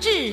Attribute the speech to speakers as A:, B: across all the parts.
A: 致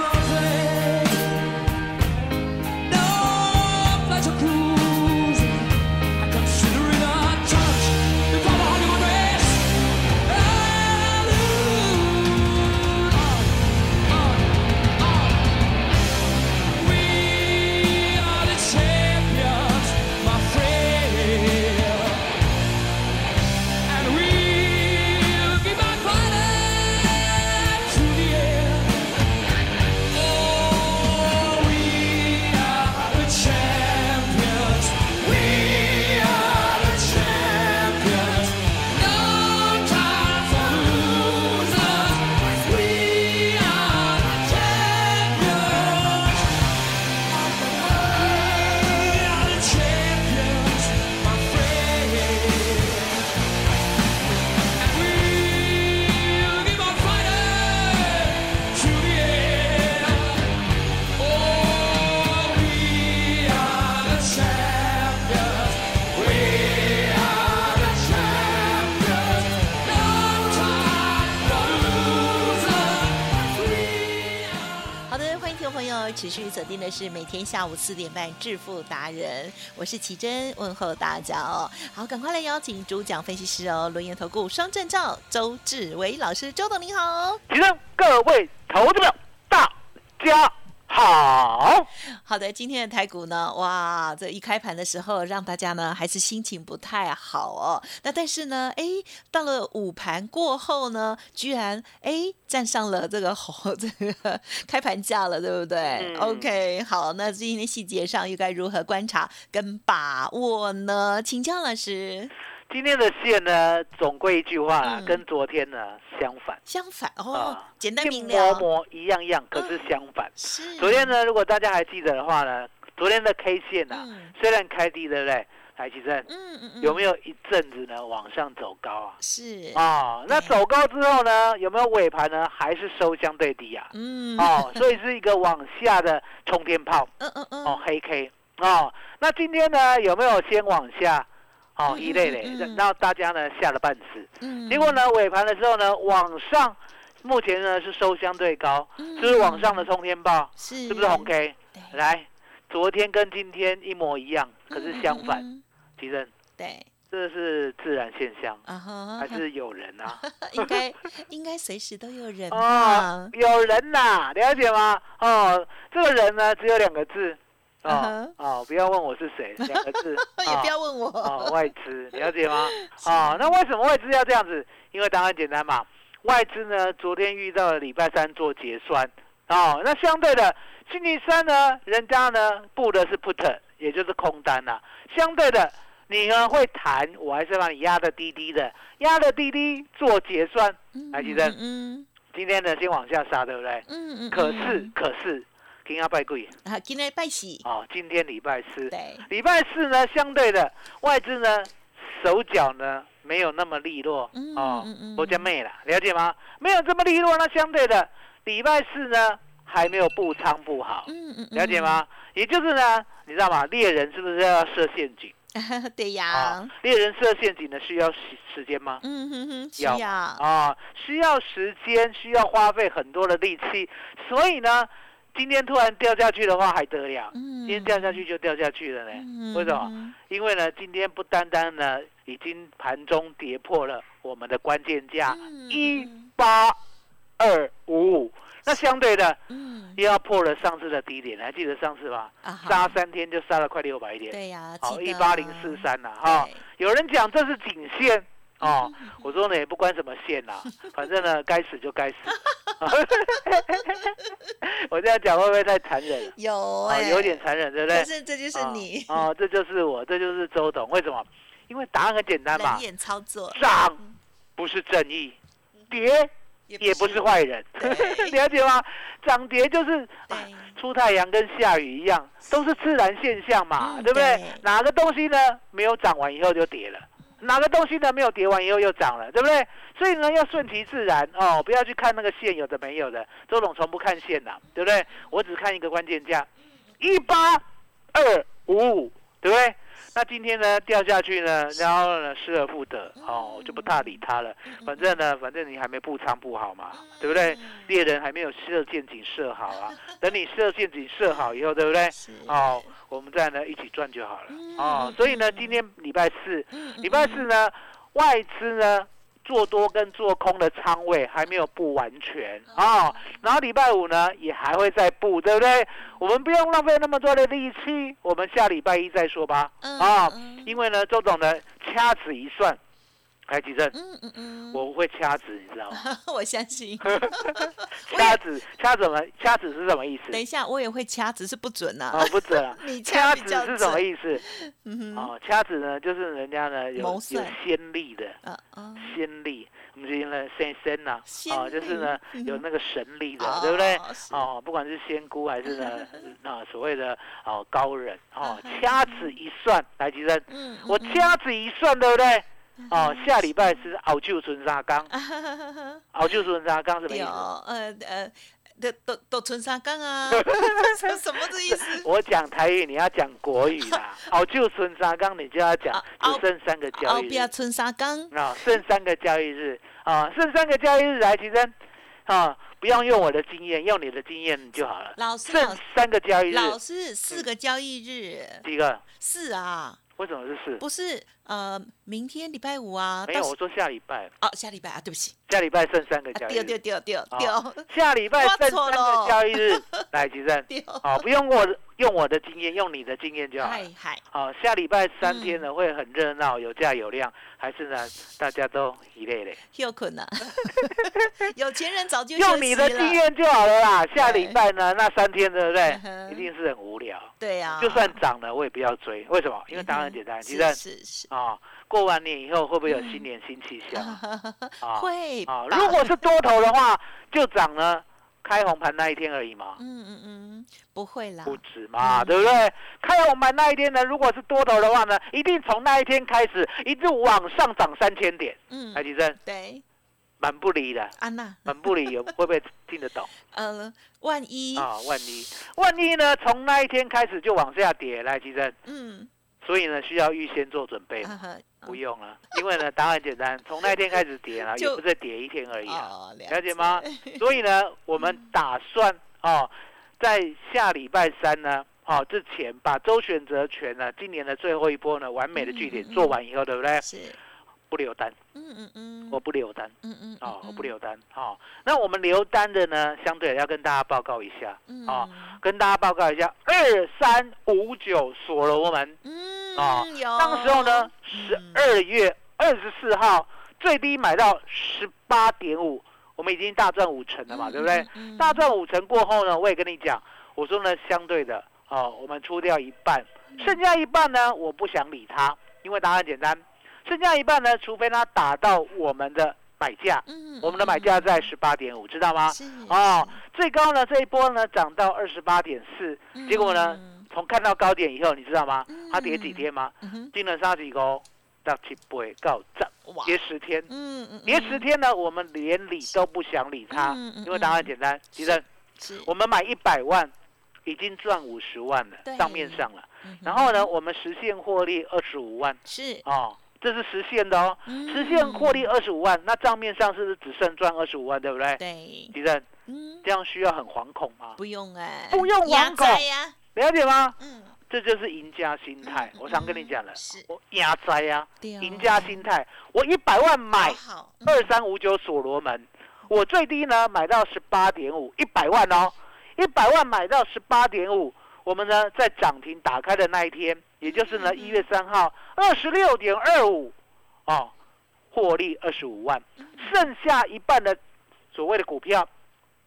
B: roses. No pleasure cruise. I consider it a challenge. If I'm a Hollywood race, I lose. We are the champions, my friend, and we'll be back fighting to the end. Oh, we are the champions. We are the champions. No time for losers. We are the champions. We are the champions, my friend. And we'll keep on fighting to the end. Oh, we are the champions. We are the champions. No time for losers. We are.
A: 好的，欢迎听众朋友持续锁定的是每天下午四点半《致富达人》，我是奇珍，问候大家哦。好，赶快来邀请主讲分析师哦，轮研投顾双证照周志伟老师，周董您哦好。
C: 请问各位投资者，大家好。
A: 好的，今天的台股呢，哇，这一开盘的时候，让大家呢还是心情不太好哦。那但是呢，哎，到了午盘过后呢，居然哎站上了这个 红这个开盘价了，对不对、
C: 嗯
A: o k 好，那今天细节上又该如何观察跟把握呢？请教老师。
C: 今天的线呢，总归一句话啦，
A: 嗯
C: 跟昨天呢相反，
A: 相反哦
C: 啊，
A: 简单
C: 一
A: 明
C: 模
A: 了，嗯
C: 模一样样，可是相反。
A: 是
C: 昨天呢，如果大家还记得的话呢，昨天的 K 线啊，
A: 嗯
C: 虽然开低，对不对？来，其实
A: 嗯嗯嗯，
C: 有
A: 有
C: 没有一阵子呢往上走高啊？
A: 是
C: 哦，那
A: 对
C: 走高之后呢，有没有尾盘呢？还是收相对低啊？
A: 嗯
C: 哦，所以是一个往下的冲天炮。
A: 嗯嗯嗯
C: 哦，黑 K 哦。那今天呢，有没有先往下？哦，
A: 嗯
C: 一类类
A: 嗯嗯嗯，
C: 让大家呢吓了半死。
A: 嗯，
C: 结果呢，尾盘的时候呢，往上，目前呢是收相对高，
A: 嗯
C: 就是往上的冲天炮，
A: 是
C: 是不是红 K？
A: 对
C: 来，昨天跟今天一模一样，可是相反，
A: 嗯嗯嗯
C: 其实
A: 对
C: 这是自然现象，
A: 啊哈，
C: 还是有人 啊？
A: 应该应该随时都有人吧
C: 哦，？有人呐、了解吗？哦，这个人呢只有两个字，
A: 嗯
C: 哦
A: 哼，
C: 哦，不要问我是谁，两个字
A: 也不要问 我。
C: 哦哦外资，了解吗？哦，那为什么外资要这样子？因为答案简单嘛，外资呢昨天遇到了礼拜三做结算，哦，那相对的星期三呢，人家呢布的是 put，也就是空单呐、相对的。你呢会弹，我还是把你压的低低的，压的低低做结算，
A: 嗯
C: 来其实
A: 嗯
C: 今天呢，先往下杀，对不对？
A: 嗯嗯，
C: 可是
A: 嗯，
C: 可是，今天拜贵
A: 啊，今天拜喜，
C: 哦，今天礼拜四，
A: 对，
C: 礼拜四呢，相对的外资呢，手脚呢没有那么利落
A: 嗯
C: 哦
A: 嗯嗯，
C: 我叫妹啦，了解吗？没有这么利落，那相对的礼拜四呢，还没有布仓布好，
A: 嗯嗯，嗯
C: 了解？吗？也就是呢，你知道吗？猎人是不是要设陷阱
A: 嗯对呀
C: 啊，？猎人设陷阱呢，需要时时间吗？
A: 嗯哼哼，是
C: 要
A: 呀，
C: 啊，需要时间，需要花费很多的力气，所以呢，今天突然掉下去的话还得了？
A: 嗯，
C: 今天掉下去就掉下去了呢，
A: 嗯，
C: 为什么？
A: 嗯？
C: 因为呢，今天不单单呢，已经盘中跌破了我们的关键价
A: 嗯
C: 啊一八二五五，那相对的
A: 嗯，
C: 又要破了上次的低点，还记得上次吧？
A: 啊哈
C: 杀三天就杀了快六百点，
A: 对呀，
C: 好
A: 记
C: 一
A: 得
C: 八零四，三呐，哈、
A: 对嗯
C: 有人讲这 是颈线哦，我说呢也不关什么线啦、反正呢该死就该死， 我这样讲会不会太 残忍了？
A: 有
C: 哦，
A: 哎、
C: 有点残忍，对不对
A: 但？是这就是你、
C: 哦，哦这就是我，这就是周董。为什么？因为答案很简单嘛
A: 冷，眼嗯操作，
C: 涨不是正义，跌也不是坏人，
A: 对
C: 了解吗？涨跌就是啊
A: 对
C: 出太阳跟下雨一样，都是自然现象嘛，
A: 嗯
C: 对不对
A: 对？
C: 哪个东西呢没有涨完以后就跌了？
A: 嗯
C: 哪个东西呢没有跌完以后又涨了，对不对？所以呢要顺其自然哦，不要去看那个线有的没有的。周董从不看线的，对不对？我只看一个关键价，
A: 嗯
C: 一八二五五，对不对？那今天呢掉下去呢，然后呢失而复得
A: 嗯
C: 哦，我就不大理他了。反正呢，反正你还没布仓布好嘛，
A: 嗯
C: 对不对？猎人还没有射陷阱射好啊， 等你射陷阱射好以后，对不对？
A: 嗯是
C: 哦，我们再呢一起赚就好了。
A: 嗯
C: 哦，所以呢，今天礼拜四，
A: 嗯
C: 礼拜四呢，外资呢做多跟做空的仓位还没有布完全哦，然后礼拜五呢也还会再布，对不对？我们不用浪费那么多的力气，我们下礼拜一再说吧。
A: 嗯
C: 哦
A: 嗯，
C: 因为呢，周总呢掐指一算，哎，吉正，
A: 嗯嗯嗯，
C: 我会掐指，你知道吗？
A: 我相信。
C: 掐指，掐怎么？掐指是什么意思
A: 啊等？一下，我也会掐，只是不准呐、！
C: 哦，不准啊
A: 你掐
C: 掐
A: 比
C: 指
A: 较
C: 是什么
A: 准
C: 意思？
A: 嗯哼，
C: 哦，掐指呢，就是人家呢有
A: 谋
C: 有
A: 算
C: 先例的，
A: 啊啊，
C: 先例，我们就是呢先先呐、
A: 先
C: 哦，就是呢
A: 例
C: 有那个神力的，
A: 嗯哦
C: 啊对不对？
A: 是
C: 哦，不管是仙姑还 是呢啊所谓的哦高人哦
A: 嗯哼，
C: 掐指一算，来吉生，
A: 嗯，
C: 我掐 指一算，对不对？哦，下礼拜是熬旧存沙缸，
A: 嗯
C: 熬旧存沙缸什么意
A: 对
C: 思？
A: 哦，呃呃，都都都存三杠 啊，什什么的意思？
C: 我讲台语，你要讲国语啦。 熬旧存沙缸，你就要讲
A: 啊
C: 只
A: 熬
C: 剩三个交
A: 后
C: 易日
A: 边。哦存三杠，
C: 啊、剩三个交易日啊，剩三个交易日来，其实啊，不用用我的经验，用你的经验就好了。
A: 老师老
C: 剩三个交易日，嗯
A: 老师四个交易日，
C: 几个？
A: 是啊，
C: 为什么是四？
A: 不是呃，明天礼拜五啊，
C: 没有，
A: 到时
C: 我说下礼拜，
A: 哦，下礼拜啊，对不起，
C: 下礼拜剩三个
A: 啊
C: 交易
A: 丢丢
C: 日，
A: 丢丢
C: 啊
A: 丢
C: 下礼拜
A: 我
C: 剩
A: 错
C: 三
A: 了
C: 个交易日，来，其实
A: 丢，
C: 啊，不用我用我的经验，用你的经验就好了
A: 嗨。嗨，
C: 好、下礼拜三天
A: 嗯
C: 呢、会很热闹，有价有量，还是呢大家都一类嘞。
A: 又困 了，有钱人早就休
C: 用你
A: 息
C: 的经
A: 了，
C: 验就好了啦。下
A: 对
C: 礼拜呢，那三天对不对
A: 嗯？哼
C: 一定是很无聊。
A: 对啊，嗯
C: 就算涨了，我也不要追。为什么？因为答案很简单，其实
A: 是嗯是是，
C: 啊，过完年以后会不会有新年新气象啊？啊
A: 会
C: 啊
A: 吧
C: 如果是多头的话，就涨呢，开红盘那一天而已嘛，
A: 嗯嗯嗯，不会啦，
C: 不止嘛，对不对？开红盘那一天呢，如果是多头的话呢，一定从那一天开始一直往上涨三千点。
A: 嗯，
C: 来，吉生，
A: 对，
C: 蛮不 离的，
A: 安娜，
C: 蛮不离，有会不会听得懂
A: 呃，万一，
C: 啊？万一万一呢，从那一天开始就往下跌，来，吉生，
A: 嗯，
C: 所以呢，需要预先做准备嘛
A: 啊哈，
C: 不用了，因为呢，答案简单，从那天开始跌了，也
A: 就
C: 不是跌一天而已啊，
A: 哦，
C: 了解吗？ 所以呢，我们打算哦，在下礼拜三呢，哦之前把周选择权呢，今年的最后一波呢，完美的据点
A: 嗯嗯嗯
C: 做完以后，对不对？
A: 是，
C: 不留单，
A: 嗯嗯嗯，
C: 哎我不留单，
A: 嗯嗯，
C: 哦，我不
A: 留，
C: 留单，哦，那我们留单的呢，相对要跟大家报告一下，
A: 嗯
C: 哦，跟大家报告一下，二三五九所罗门。
A: 嗯，
C: 啊
A: 有，
C: 当时候
A: 哦
C: 呢，十二月二十四号最低买到十八点五，我们已经大赚五成了嘛，对不对？
A: 嗯？
C: 大赚五成过后呢，我也跟你讲，我说呢，相对的，哦，我们出掉一半，
A: 嗯
C: 剩下一半呢，我不想理它，因为答案简单，剩下一半呢，除非它打到我们的买价，
A: 嗯，嗯
C: 我们的买价在十八点五，知道吗？
A: 是，
C: 哦，最高呢这一波呢涨到二十八点四，
A: 嗯
C: 结果呢，从看到高点以后，你知道吗？它跌几天吗？
A: 嗯哼，
C: 今了三十五到七八到十，
A: 哇，
C: 跌十天，
A: 嗯嗯，
C: 跌
A: 嗯
C: 十天呢，我们连理都不想理它
A: 嗯嗯，
C: 因为答案简单，其实
A: 是，
C: 我们买一百万。已经赚五十万
A: 对
C: 了，账面上了。
A: 嗯哼
C: 然后呢，我们实现获利二十五万
A: 是
C: 哦，这是实现的哦，
A: 嗯
C: 实现获利，二十五万，那账面上是不是只剩赚二十五万，对不对
A: 嗯？对，
C: 其实
A: 嗯，
C: 这样需要很惶恐吗？
A: 不用哎，
C: 不用
A: 压
C: 网购
A: 在呀，
C: 了解吗？
A: 嗯，
C: 这就是赢家心态。我常跟你讲了，
A: 是
C: 我压灾呀，
A: 对哦
C: 赢家心态。我一百万买
A: 好好，嗯
C: 二三五九所罗门，我最低呢买到十八点五，一百万哦，一百万买到十八点五，我们呢在涨停打开的那一天，也就是
A: 嗯
C: 呢一月三号，二十六点二五，
A: 嗯
C: 哦，获利二十五万，剩下一半的所谓的股票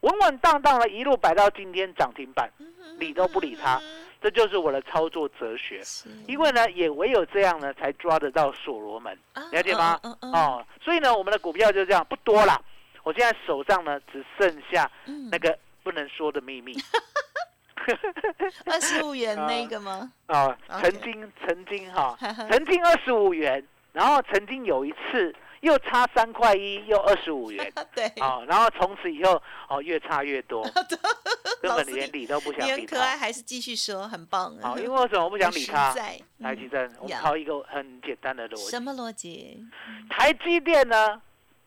C: 稳稳当当的一路摆到今天涨停板，
A: 嗯哼
C: 理都不理他，
A: 嗯
C: 这就是我的操作哲学。
A: 是
C: 因为呢，也唯有这样呢，才抓得到所罗门，
A: 啊
C: 了解吗？
A: 嗯嗯嗯
C: 哦，所以呢，我们的股票就这样，不多啦。我现在手上呢，只剩下
A: 嗯
C: 那个不能说 的秘密
A: 二十五元
C: 啊
A: 那个吗？
C: 啊，
A: OK
C: 曾经，曾经哈，曾经二十五元，然后曾经有一次又差三块一，又二十五元
A: 对，
C: 啊，然后从此以后哦，越差越 多，根
A: 老
C: 本
A: 师
C: 连理都不想
A: 你
C: 理
A: 很可
C: 他
A: 爱，。还是继续说，很棒。啊
C: 好，因为为什么我不想理他
A: 很实？在嗯
C: 来，奇珍，我们
A: 呀
C: 靠一个很简单的逻辑
A: 什。么逻辑？
C: 台积电呢，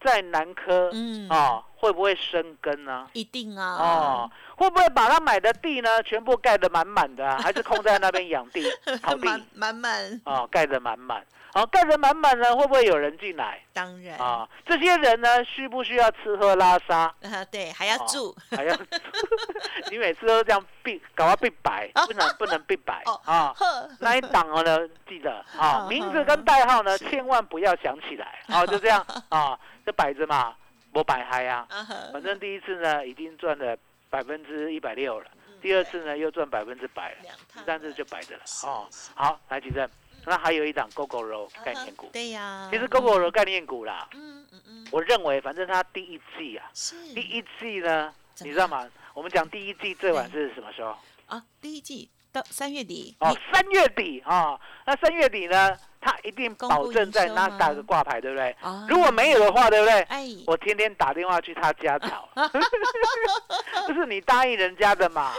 C: 在南科
A: 嗯，
C: 哦，会不会生根呢？
A: 一定啊
C: 哦，，会不会把他买的地呢，全部盖得满 满的啊、还是空在那边养地草地
A: 满满满，
C: 哦，盖得满满。哦，盖得满满呢，会不会有人进来
A: 当然
C: 啊、这些人呢，需不需要吃喝拉撒？
A: 啊，对，还要
C: 哦
A: 住，
C: 还要， 你每次都这样避，搞到避 白，不能不能避白
A: 哦
C: 啊。
A: 呵，
C: 那一档哦呢，记得啊
A: 嗯，
C: 名字跟代号呢，千万不要想起来啊，就这样啊，就摆着嘛，我摆嗨啊。
A: 啊呵，
C: 反正第一次呢，已经赚了百分之一百六了，
A: 嗯
C: 第二次呢又赚百分之百了，
A: 两
C: 第
A: 趟了，
C: 三次就摆着了
A: 是
C: 哦
A: 是。
C: 好，来举证。那还有一档 GoGo 肉
A: 啊呵
C: 概念股，
A: 对呀，
C: 其实 GoGo 肉概念股啦，
A: 嗯嗯嗯，
C: 我认为反正它第一季啊，
A: 是
C: 第一季呢，
A: 怎
C: 你
A: 么
C: 知道吗？我们讲第一季最晚是什么时候？
A: 啊，第一季到三月底，
C: 哦
A: 你，
C: 三月底啊、哦，那三月底呢，它一定保证在
A: 公布营收
C: 纳
A: 吗
C: 斯达克挂牌，对不对？
A: 啊
C: 如果没有的话，对不对？
A: 哎，
C: 我天天打电话去他家找， 这是你答应人家的嘛？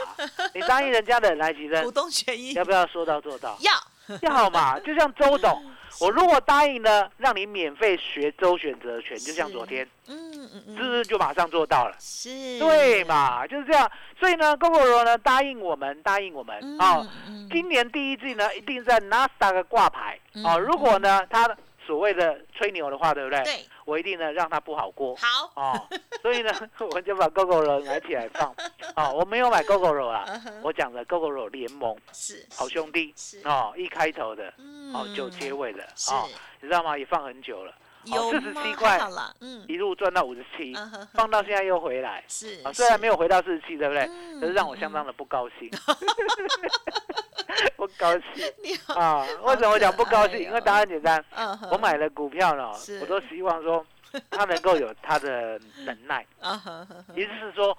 C: 你答应人家的，来 吉生
A: 股，东权益
C: 要不要说到做 到？
A: 要
C: 要嘛，就像周董， 我如果答应呢，让你免费学周选择权，就像
A: 是
C: 昨天，
A: 嗯嗯
C: 是
A: 嗯，
C: 不是就马上做到了？
A: 是，
C: 对嘛，就是这样。所以呢，g o g o 罗呢答应我们，答应我们
A: 嗯，
C: 哦，
A: 嗯
C: 今年第一季呢，一定在 NASDAQ 挂牌
A: 嗯
C: 哦。如果呢，他所谓的吹牛的话，对不对？
A: 对，
C: 我一定呢让他不好过
A: 好，
C: 哦。所以呢， 我们就把 GoGo 肉买起来放。哦，我没有买 GoGo 肉啊
A: 嗯，哼
C: 我讲的 GoGo 肉联盟
A: 是
C: 好兄弟
A: 是
C: 哦，一开头的
A: 嗯
C: 哦，九结尾的
A: 是
C: 哦，你知道吗？也放很久了，
A: 有
C: 47
A: 吗
C: 块
A: 还好啦，嗯，
C: 一路赚到五十七，
A: 啊呵呵
C: 放到现在又回来。
A: 是
C: 啊，虽然没
A: 有，
C: 有回到四十七，对不对？
A: 嗯
C: 可是让我相当的不高 兴， 不高兴。
A: 你好
C: 啊，为什么我讲不高
A: 好可爱哦
C: 兴？因为答案简单，
A: 嗯哼
C: 我买了股票呢
A: 是，
C: 我都希望说他能够有他的能耐，
A: 啊呵呵 呵
C: 也就是说，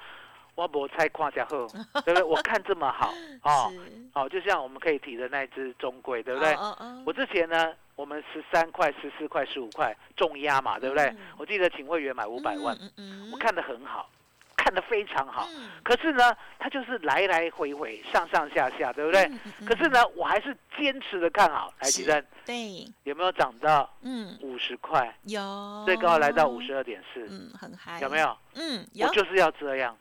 C: 我不猜夸下 后，对不对？我看这么好哦，
A: 是
C: 好、就像我们可以提的那一只中规，对不对？
A: 哦哦哦
C: 我之前呢，我们十三块、十四块、十五块重压嘛，对不对？
A: 嗯
C: 我记得请会员买五百万，
A: 嗯嗯，
C: 我看得很好，看得非常好。
A: 嗯
C: 可是呢，它就是来来回回，上上下下，对不对？
A: 嗯嗯
C: 可是呢，我还是坚持的看好来
A: 是
C: 吉正
A: 对，
C: 有没有涨到
A: 嗯，
C: 五十块，
A: 有
C: 最高来到五十，二点四，
A: 哦嗯，很嗨，
C: 有没？有？
A: 嗯，有
C: 我，就是要这样，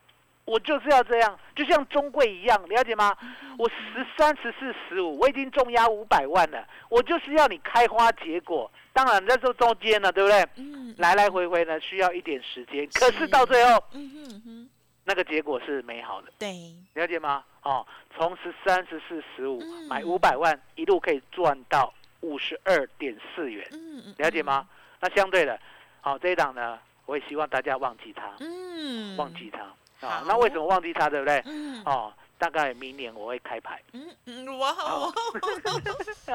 C: 我就是要这样，就像中贵一样，了解吗？
A: 嗯
C: 我十三、十四、十五，我已经重压五百万了，我就是要你开花结果。当然，在这中间呢，对不对？
A: 嗯，
C: 来来回回呢，需要一点时间，可
A: 是
C: 是到最后，
A: 嗯哼嗯哼，
C: 那个结果是美好的。
A: 对，
C: 了解吗？哦，从十三、十四、十五
A: 嗯
C: 买五百万，一路可以赚到五十二点四元，
A: 嗯嗯，
C: 了解吗？那相对的，好、这一档呢，我也希望大家忘记它，
A: 嗯？嗯，
C: 哦忘记它啊
A: 好。
C: 那为什么忘记它？对不对？
A: 嗯，
C: 哦，大概明年我会开 牌，
A: 嗯嗯，哇哦，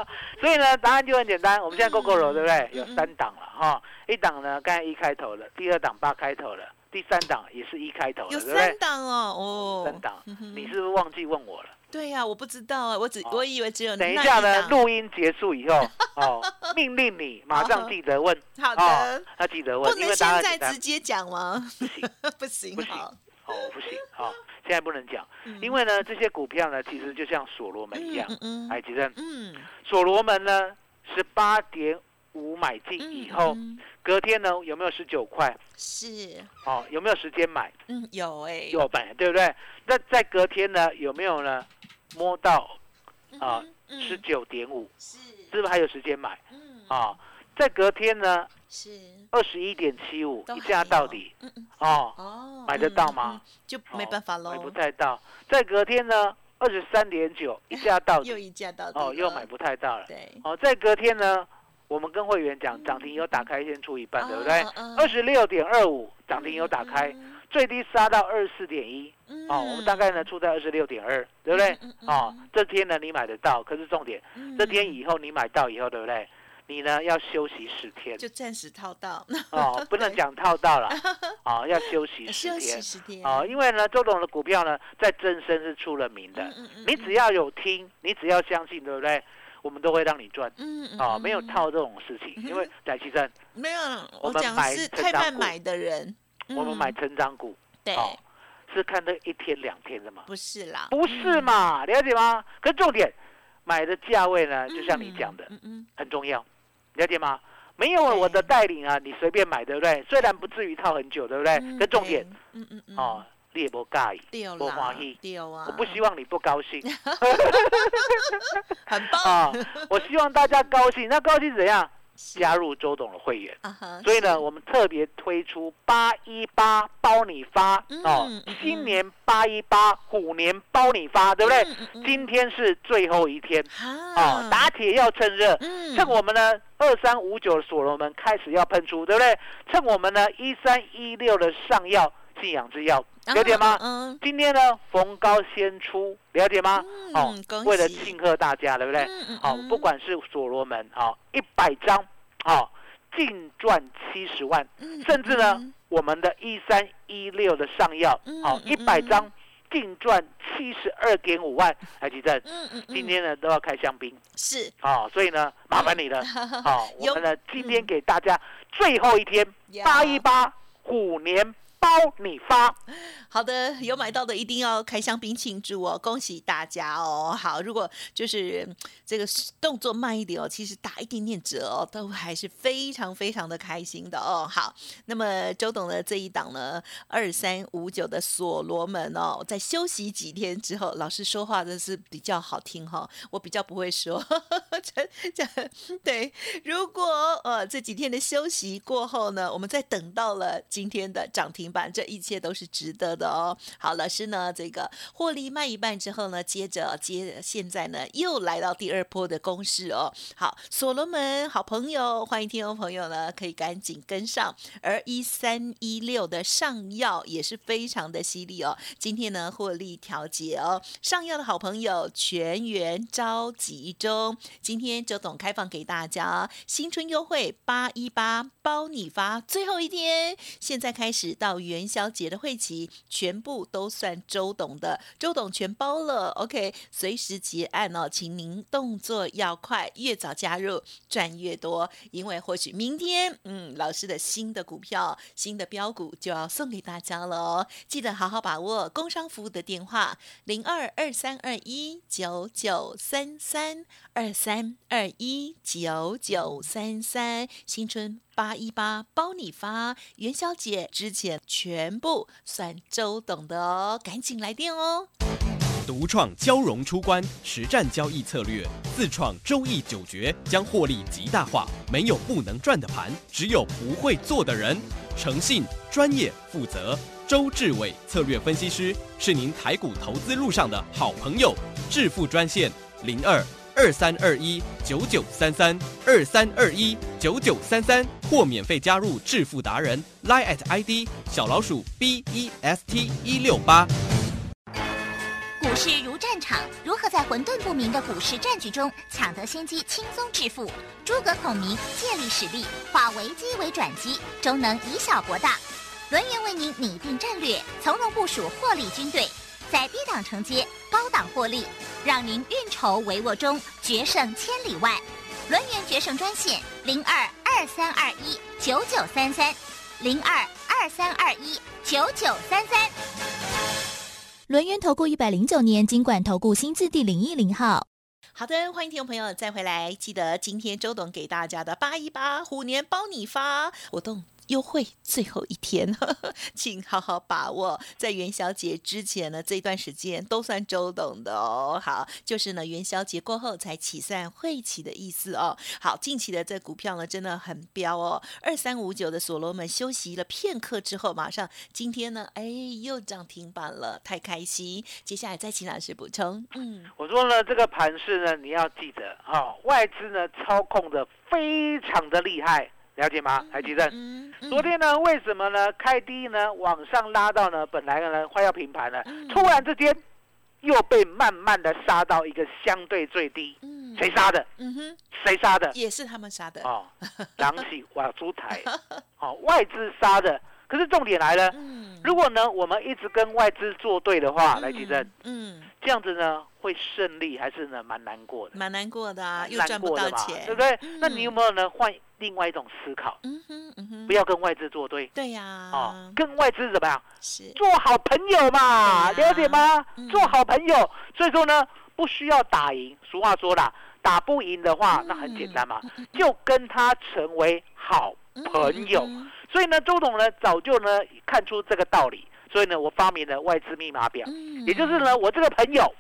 C: 所以呢，答案就很简单。我们现在 GoGo
A: 嗯
C: o 对不对？
A: 嗯
C: 有三档了哈、一档呢刚才一开头的，第二档八开头的，第三档也是一开头的，
A: 有
C: 对不对
A: 三？档哦，哦，
C: 三档
A: 嗯哼
C: 你是不是忘记问我了？
A: 对呀，我不知道啊，我只
C: 哦
A: 我以为只有
C: 等一
A: 那
C: 下呢，
A: 档，
C: 录音结束以 后，哦，命令你马上记得问，
A: 好
C: 哦
A: 的，，
C: 要记得
A: 不
C: 问，因
A: 能
C: 为答
A: 现
C: 案
A: 在
C: 简单
A: 直，接讲吗？
C: 不行，
A: 不行
C: 不，行
A: 好，
C: 哦，不行，哦，现在不能讲，
A: 嗯
C: 因为呢，这些股票呢，其实就像所罗门一样，
A: 嗯嗯
C: 哎，吉正，
A: 嗯，
C: 所罗门呢，十八点五买进
A: 嗯
C: 以后，
A: 嗯
C: 隔天呢有没有十九块？
A: 是，
C: 哦，有没有时间买？
A: 嗯，有哎，
C: 有买，对不对？那在隔天呢，有没有呢？摸到
A: 嗯
C: 啊
A: 哼，
C: 十
A: 嗯，
C: 九点五，
A: 是，
C: 是不是还有时间买？
A: 嗯，
C: 啊、在隔天呢，
A: 是，
C: 二十一点七五
A: 都
C: 一
A: 还
C: 价到
A: 有
C: 底，
A: 嗯嗯，
C: 哦，
A: 哦，
C: 买得到吗
A: 嗯？嗯就
C: 哦
A: 没办法喽，
C: 买不太到。再隔天呢，二十三点 九一价到
A: 又
C: 底，
A: 一价到底
C: 哦，又
A: 了
C: 买不太到了。
A: 对，
C: 哦，再隔天呢，我们跟
A: 哦
C: 会员讲涨停有打开先出一半，对不对
A: 嗯嗯嗯？
C: 二十六点二五涨停有打开，
A: 嗯
C: 最低杀到二十四点一，
A: 嗯
C: 哦，我们大概呢出在二十六点二，对不对
A: 嗯嗯嗯？
C: 哦，这天呢你买得到，可是重点，这天以后你买到以后，对不对？你呢要休息十天
A: 嗯就暂时套到，
C: 哦，不能讲套到了哦，要休息十
A: 休息
C: 天
A: 十天。
C: 哦，因为呢周董的股票呢在正身是出了名的，
A: 嗯嗯嗯
C: 你只要有听，你只要相信，对不对？我们都会让你赚。
A: 嗯嗯
C: 哦，没有
A: 嗯
C: 套这种事情，因为在其实
A: 没有，
C: 我
A: 我
C: 们
A: 讲
C: 买
A: 的是
C: 成
A: 太
C: 长
A: 慢
C: 股
A: 买的人，
C: 我们
A: 嗯
C: 买成长股，
A: 对，
C: 哦，是看这一天两天的嘛，
A: 不是啦，
C: 不是
A: 嗯
C: 嘛？了解吗？可是重点，买的价位呢，就像你讲的
A: 嗯嗯
C: 很重要，了解吗？没有我的带领啊，你随便买，对不对？虽然不至于套很久，对不对？
A: 嗯，
C: 可哎重点，
A: 嗯嗯嗯，
C: 哦，你也不介意，
A: 对哦
C: 不
A: 啦
C: 欢喜，
A: 对啊，
C: 我不希望你不 高兴
A: 很棒，
C: 啊，我希望大家高兴。那高兴怎样？
A: 是
C: 加入周董的会员。
A: 啊哈，
C: 所以
A: 是
C: 呢，，我们特别推出八一八包你发、
A: 嗯
C: 哦
A: 嗯，
C: 新年八一八，虎年包你发，对不对？
A: 嗯嗯嗯
C: 今天是最后一天
A: 哈
C: 哦，打铁要趁热，
A: 嗯，
C: 趁我们呢二三五九所罗门开始要喷出，对不对？趁我们呢一三一六的上药信仰之药，了解吗？
A: 嗯
C: 今天呢逢高先出，了解吗？
A: 嗯
C: 哦
A: 恭，
C: 为了
A: 喜
C: 庆贺大家，对不对？
A: 嗯嗯
C: 好、
A: 嗯
C: 不管是所罗门啊，一、百张啊，净赚七十万，
A: 嗯，
C: 甚至呢，
A: 嗯
C: 我们的一三一六的上药
A: 嗯，
C: 好、一
A: 嗯
C: 百
A: 嗯
C: 张净赚七十二点五万，还记得？
A: 嗯嗯，嗯
C: 今天呢都要开香槟
A: 是
C: 啊、所以呢麻烦 你了，好、我
A: 嗯有
C: 们呢今天
A: 嗯
C: 给大家最后一天
A: 呀
C: 八一八虎年包你发，
A: 好的，有买到的一定要开香槟庆祝哦，恭喜大家哦！好，如果就是嗯这个是动作慢一点哦，其实打一点点折哦，都还是非常非常的开心的哦。好，那么周董的这一档呢，二三五九的所罗门哦，在休息几天之后，老师说话真是比较好听哈、我比较不会说， 这这对。如果呃这几天的休息过后呢，我们再等到了今天的涨停板，这一切都是值得的哦。好，老师呢这个获利卖一半之后呢，接着接现在呢又来到第二波的攻势哦。好，所罗门好朋友，欢迎听众朋友呢可以赶紧跟上，而一三一六的上药也是非常的犀利哦。今天呢获利调节哦，上药的好朋友全员召集中，今天周董开放给大家新春优惠八一八包你发，最后一天，现在开始到元宵节的会期，全部都算周董的，周董全包了。OK，随时结案哦，请您动作要快，越早加入赚越多，因为或许明天，嗯，老师的新的股票、新的标股就要送给大家了哦，记得好好把握工商服务的电话零二二三二一九九三三二三二一九九三三，新春八一八包你发，元宵节之前全部算周董的哦，赶紧来电哦。
D: 独创交融出关实战交易策略，自创周易九诀，将获利极大化。没有不能赚的盘，只有不会做的人。诚信、专业、负责，周志伟策略分析师是您台股投资路上的好朋友。致富专线零二二三二一九九三三二三二一九九三三，或免费加入致富达人 Line at ID 小老鼠 B E S T 一六八。
E: 股市如战场，如何在混沌不明的股市战局中抢得先机，轻松致富？诸葛孔明借力使力，化危机为转机，终能以小博大。轮源为您拟定战略，从容部署获利军队，在低档承接，高档获利，让您运筹帷幄中决胜千里外。轮源决胜专线零二二三二一九九三三零二二三二一九九三三。轮源投顾一百零九年经管投顾新字第零一零号。
A: 好的，欢迎听众朋友再回来。记得今天周董给大家的八一八虎年包你发活动。优惠最后一天， 请好好把握。在元宵节之前呢，这段时间都算周董的哦。好，就是呢元宵节过后才起算会起的意思哦。好，近期的这股票呢真的很飙哦。二三五九的所罗门休息了片刻之后，马上今天呢，哎又涨停板了，太开心。接下来再请老师补充。嗯，
C: 我说呢，这个盘势呢，你要记得啊、哦，外资呢操控的非常的厉害，了解吗？台积电。
A: 嗯，嗯
C: 昨天呢，为什么呢？开低呢，往上拉到呢，本来呢快要平盘了
A: 嗯，
C: 突然之间又被慢慢的杀到一个相对最低，
A: 嗯
C: 谁杀的？
A: 嗯哼，
C: 谁杀的？
A: 也是他们杀的，
C: 哦， 狼起瓦猪台，哦，外资杀的。可是重点来了，
A: 嗯，
C: 如果呢我们一直跟外资作对的话，来
A: 嗯
C: 吉正，，
A: 嗯，
C: 这样子呢会胜利还是呢蛮难过的，
A: 蛮难过的啊，又
C: 蛮
A: 赚
C: 难
A: 不
C: 过
A: 到
C: 的嘛，
A: 钱，
C: 对不对？那
A: 嗯
C: 你有没有呢换另外一种思考？
A: 嗯哼，嗯啊哼，
C: 不要跟外资作对
A: 对呀、
C: 哦，跟外资怎么样？
A: 是，
C: 做好朋友嘛，
A: 对啊
C: 了解吗
A: 嗯？
C: 做好朋友，所以说呢，不需要打赢。俗话说啦，打不赢的
A: 嗯
C: 话，那很简单嘛，就跟他成为好朋友。
A: 嗯
C: 所以呢，周董呢早就呢看出这个道理，所以呢，我发明了外资密码表，
A: 嗯
C: 也就是呢，我这个朋友，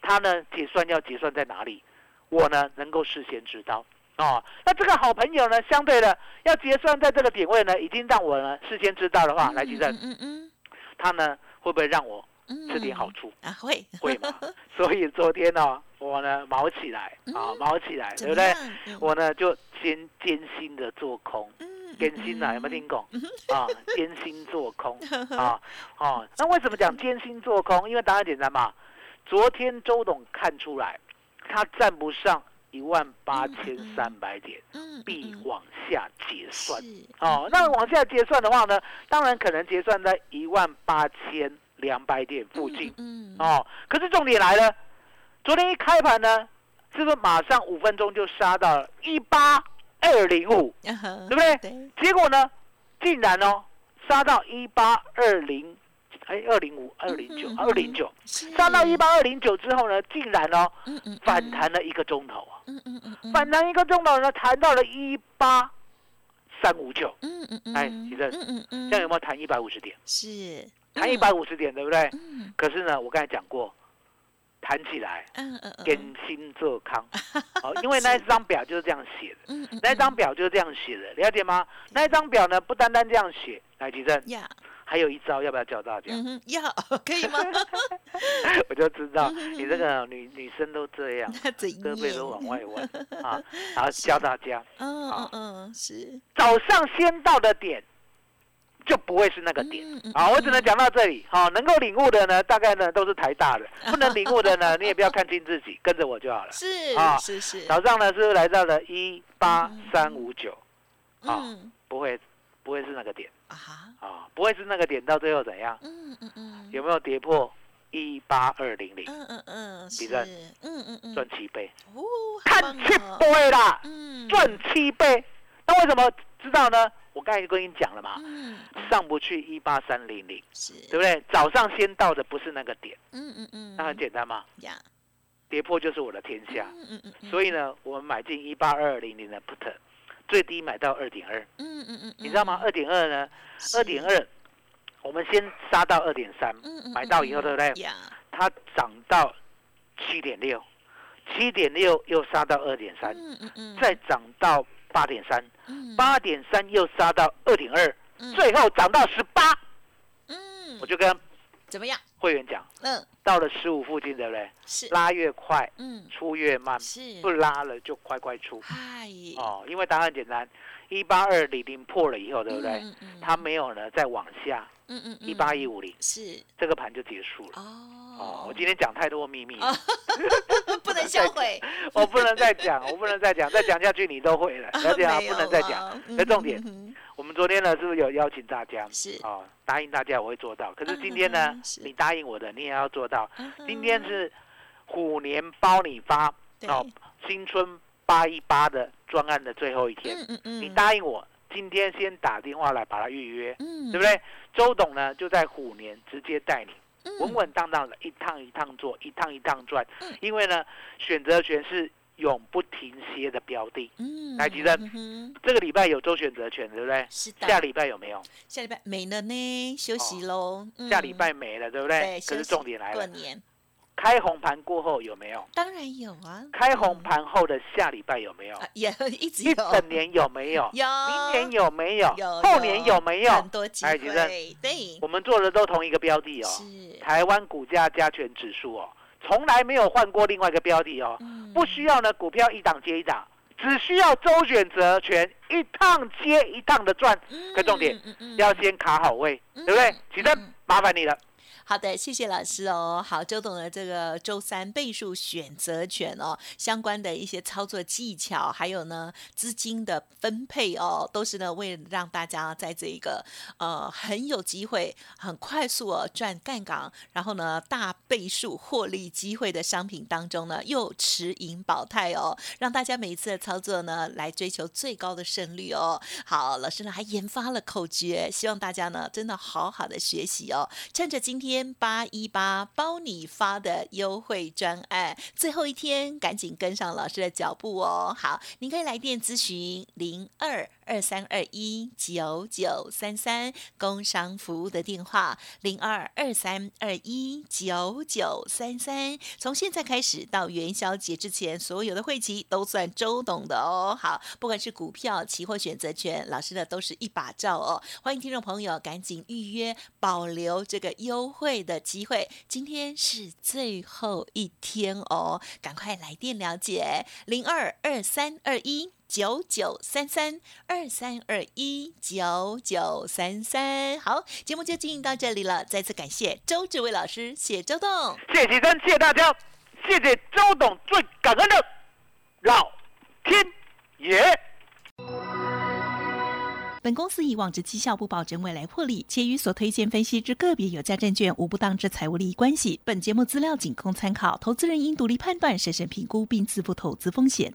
C: 他呢结算要结算在哪里，我呢能够事先知道。哦，那这个好朋友呢，相对的要结算在这个点位呢，已经让我呢事先知道的话，来吉正，
A: 嗯嗯
C: 他呢会不会让我
A: 嗯，
C: 吃点好
A: 处
C: 处？
A: 啊，会，
C: 会 嘛？所以昨天呢、我呢毛起来
A: 嗯
C: 啊，毛起来，对不对？
A: 对
C: 我呢就艰艰辛的做空，
A: 嗯
C: 艰辛啊，有没有？听懂？啊，艰辛做 空啊，哦，那为什么讲艰辛做空？因为答案简单嘛。昨天周董看出来，他站不上一万八千三百点，
A: 嗯，嗯
C: 必
A: 嗯
C: 往下结算。
A: 是
C: 哦，那往下结算的话呢，当然可能结算在一万八千两百点附近。
A: 嗯，嗯
C: 哦，可是重点来了，昨天一开盘呢，是不是马上五分钟就杀到了一八二零五？
A: 嗯哼
C: 对不对
A: 对，
C: 结果呢，竟然哦，杀到一八二零，哎，二零五、二零
A: 嗯
C: 九、二零九，
A: 是
C: 杀到一，八二零九之后呢，竟然哦
A: 嗯嗯，
C: 反弹了一个钟头啊，
A: 嗯，嗯嗯嗯，
C: 反弹一个钟头呢，弹到了一八三五九，
A: 嗯嗯嗯，
C: 哎
A: 嗯
C: 其实
A: 嗯嗯嗯，
C: 这样有没有弹一百五十点？
A: 是
C: 弹一百，五十点，对不对？
A: 嗯
C: 可是呢，我刚才讲过，弹起来。
A: 嗯嗯嗯嗯，
C: 跟新做 康，哦，因为那一张表就是这样写的，
A: 嗯嗯，
C: 那一张表就是这样写
A: 嗯
C: 的，了解吗？那一张表呢，不单单这样写，来吉正，
A: 呀，
C: 还有一招要不要教大家？
A: 嗯嗯哼呀， 可以吗？
C: 我就知道
A: 嗯嗯嗯
C: 你这个女女生都这 样，
A: 那怎
C: 胳膊都往
A: 样？
C: 外弯 啊，然后教大家，
A: 嗯嗯
C: 啊
A: 嗯，是
C: 早上先到的点就不会是那个点。
A: 嗯嗯
C: 好，我只能
A: 嗯
C: 讲到这里。好、能够领悟的呢，大概呢都是台大 的；不能领悟的呢，你也不要看清自己，跟着我就好了。
A: 是
C: 啊
A: 是是，
C: 早上呢是来到了一八三五九，啊
A: 嗯
C: 不会，不会是那个点
A: 啊，
C: 啊，不会是那个点，到最后怎样？
A: 嗯嗯嗯，
C: 有没有跌破一八二零零？
A: 嗯嗯嗯，是，
C: 比赛
A: 嗯嗯嗯，
C: 赚七倍，
A: 哦，好
C: 看
A: 棒
C: 七
A: 哦，
C: 倍啦，
A: 嗯，
C: 赚七倍。那为什么知道呢？我刚才就跟你讲了嘛，
A: 嗯，
C: 上不去一八三零零，
A: 是，
C: 对不对？早上先到的不是那个点，
A: 嗯嗯嗯，
C: 那很简单嘛，
A: 呀，
C: 跌破就是我的天下。
A: 嗯嗯嗯嗯，
C: 所以呢，我们买进一八二零零的 put，最低买到二点二，
A: 嗯嗯嗯，
C: 你知道吗？
A: 嗯？
C: 二点二呢，
A: 是
C: 二点，二，我们先杀到二点三，
A: 嗯嗯，
C: 买到以后对不对
A: 嗯呀，
C: 它涨到七点六，七点六又杀到二点三，
A: 嗯嗯嗯，
C: 再涨到八点三，
A: 嗯，
C: 哎八点三又杀到二点二，
A: 嗯
C: 最后涨到十八，
A: 嗯
C: 我，就跟
A: 怎么样？
C: 会员讲，
A: 嗯，
C: 到了十五附近，对不对？
A: 是，
C: 拉越快，
A: 嗯
C: 出越慢，
A: 是
C: 不，拉了就快快出
A: 嗨，
C: 哦，因为答案简单，一八二零零破了以后，对不对？
A: 嗯？嗯
C: 它，没有呢，再往下
A: 嗯嗯嗯，
C: 一八一五零，
A: 是
C: 这个盘就结束了。哦，
A: 哦
C: 我，今天讲太多秘密了。
A: 不能销毁，
C: 我哦不能再讲，我不能再讲，再讲下去你都会了，了解吗？
A: 啊没有
C: 不能再
A: 了
C: 讲。
A: 嗯
C: 那重点
A: 嗯嗯嗯
C: 我们昨天呢，是不是有邀请大家？
A: 是
C: 哦，答应大家我会做到。可是今天呢
A: 嗯嗯嗯，是
C: 你答应我的，你也要做到。
A: 嗯哼嗯
C: 今天是虎年包你发
A: 对
C: 哦，新春八一八的专案的最后一天，
A: 嗯嗯嗯，
C: 你答应我，今天先打电话来把它预约，
A: 嗯，
C: 对不对？周董呢就在虎年直接带你。
A: 嗯？
C: 稳稳当当的一趟一趟做，一趟一趟赚
A: 嗯。
C: 因为呢，选择权是永不停歇的标的。
A: 嗯，
C: 来吉珍
A: 嗯哼
C: 这个礼拜有周选择权，对不对？啊
A: 是的，
C: 下礼拜有没有？
A: 下礼拜没了呢，休息喽。嗯
C: 哦下礼拜没了，对不
A: 对
C: 对？
A: 休
C: 可是
A: 息
C: 重点来
A: 过
C: 了，
A: 年
C: 开红盘过后有没有？
A: 当然有啊，
C: 开红盘后的下礼拜有没有
A: 啊？也一直有，
C: 一整年有没有？
A: 有，
C: 明年有没有
A: 有？
C: 后年有没有？
A: 很多机
C: 哎
A: 会，
C: 吉珍
A: 对，
C: 我们做的都同一个标的哦，
A: 是，
C: 台湾股价加权指数哦，从来没有换过另外一个标的哦。
A: 嗯
C: 不需要呢，股票一档接一档，只需要周选择权一趟接一趟的赚，可重点
A: 嗯嗯嗯
C: 要先卡好位，对不对
A: 嗯？
C: 启正，麻烦你了。
A: 好的，谢谢老师哦。好，周董的这个周三倍数选择权哦，相关的一些操作技巧，还有呢资金的分配哦，都是呢为了让大家在这一个呃很有机会、很快速哦赚杠杆，然后呢大倍数获利机会的商品当中呢，又持盈保泰哦，让大家每一次的操作呢来追求最高的胜率哦。好，老师呢还研发了口诀，希望大家呢真的好好的学习哦。趁着今天八一八包你发的优惠专案最后一天，赶紧跟上老师的脚步哦。好，您可以来电咨询零二二三二一九九三三工商服务的电话零二二三二一九九三三。从现在开始到元宵节之前，所有的会期都算周董的哦。好，不管是股票、期货、选择权，老师的都是一把照哦。欢迎听众朋友赶紧预约，保留这个优惠的机会。今天是最后一天哦，赶快来电了解零二二三二一。九九三三二三二一九九三三，好，节目就进行到这里了。再次感谢周志伟老师，谢谢周董。
C: 谢谢启正，谢谢大家，谢谢周董，最感恩的老天爷。
F: 本公司以往之绩效不保证未来获利，且与所推荐分析之个别有价证券无不当之财务利益关系。本节目资料仅供参考，投资人应独立判断、审慎评估并自负投资风险。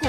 E: 股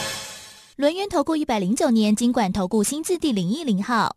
G: 轮源投顾一百零九年经管投顾新字第零一零号。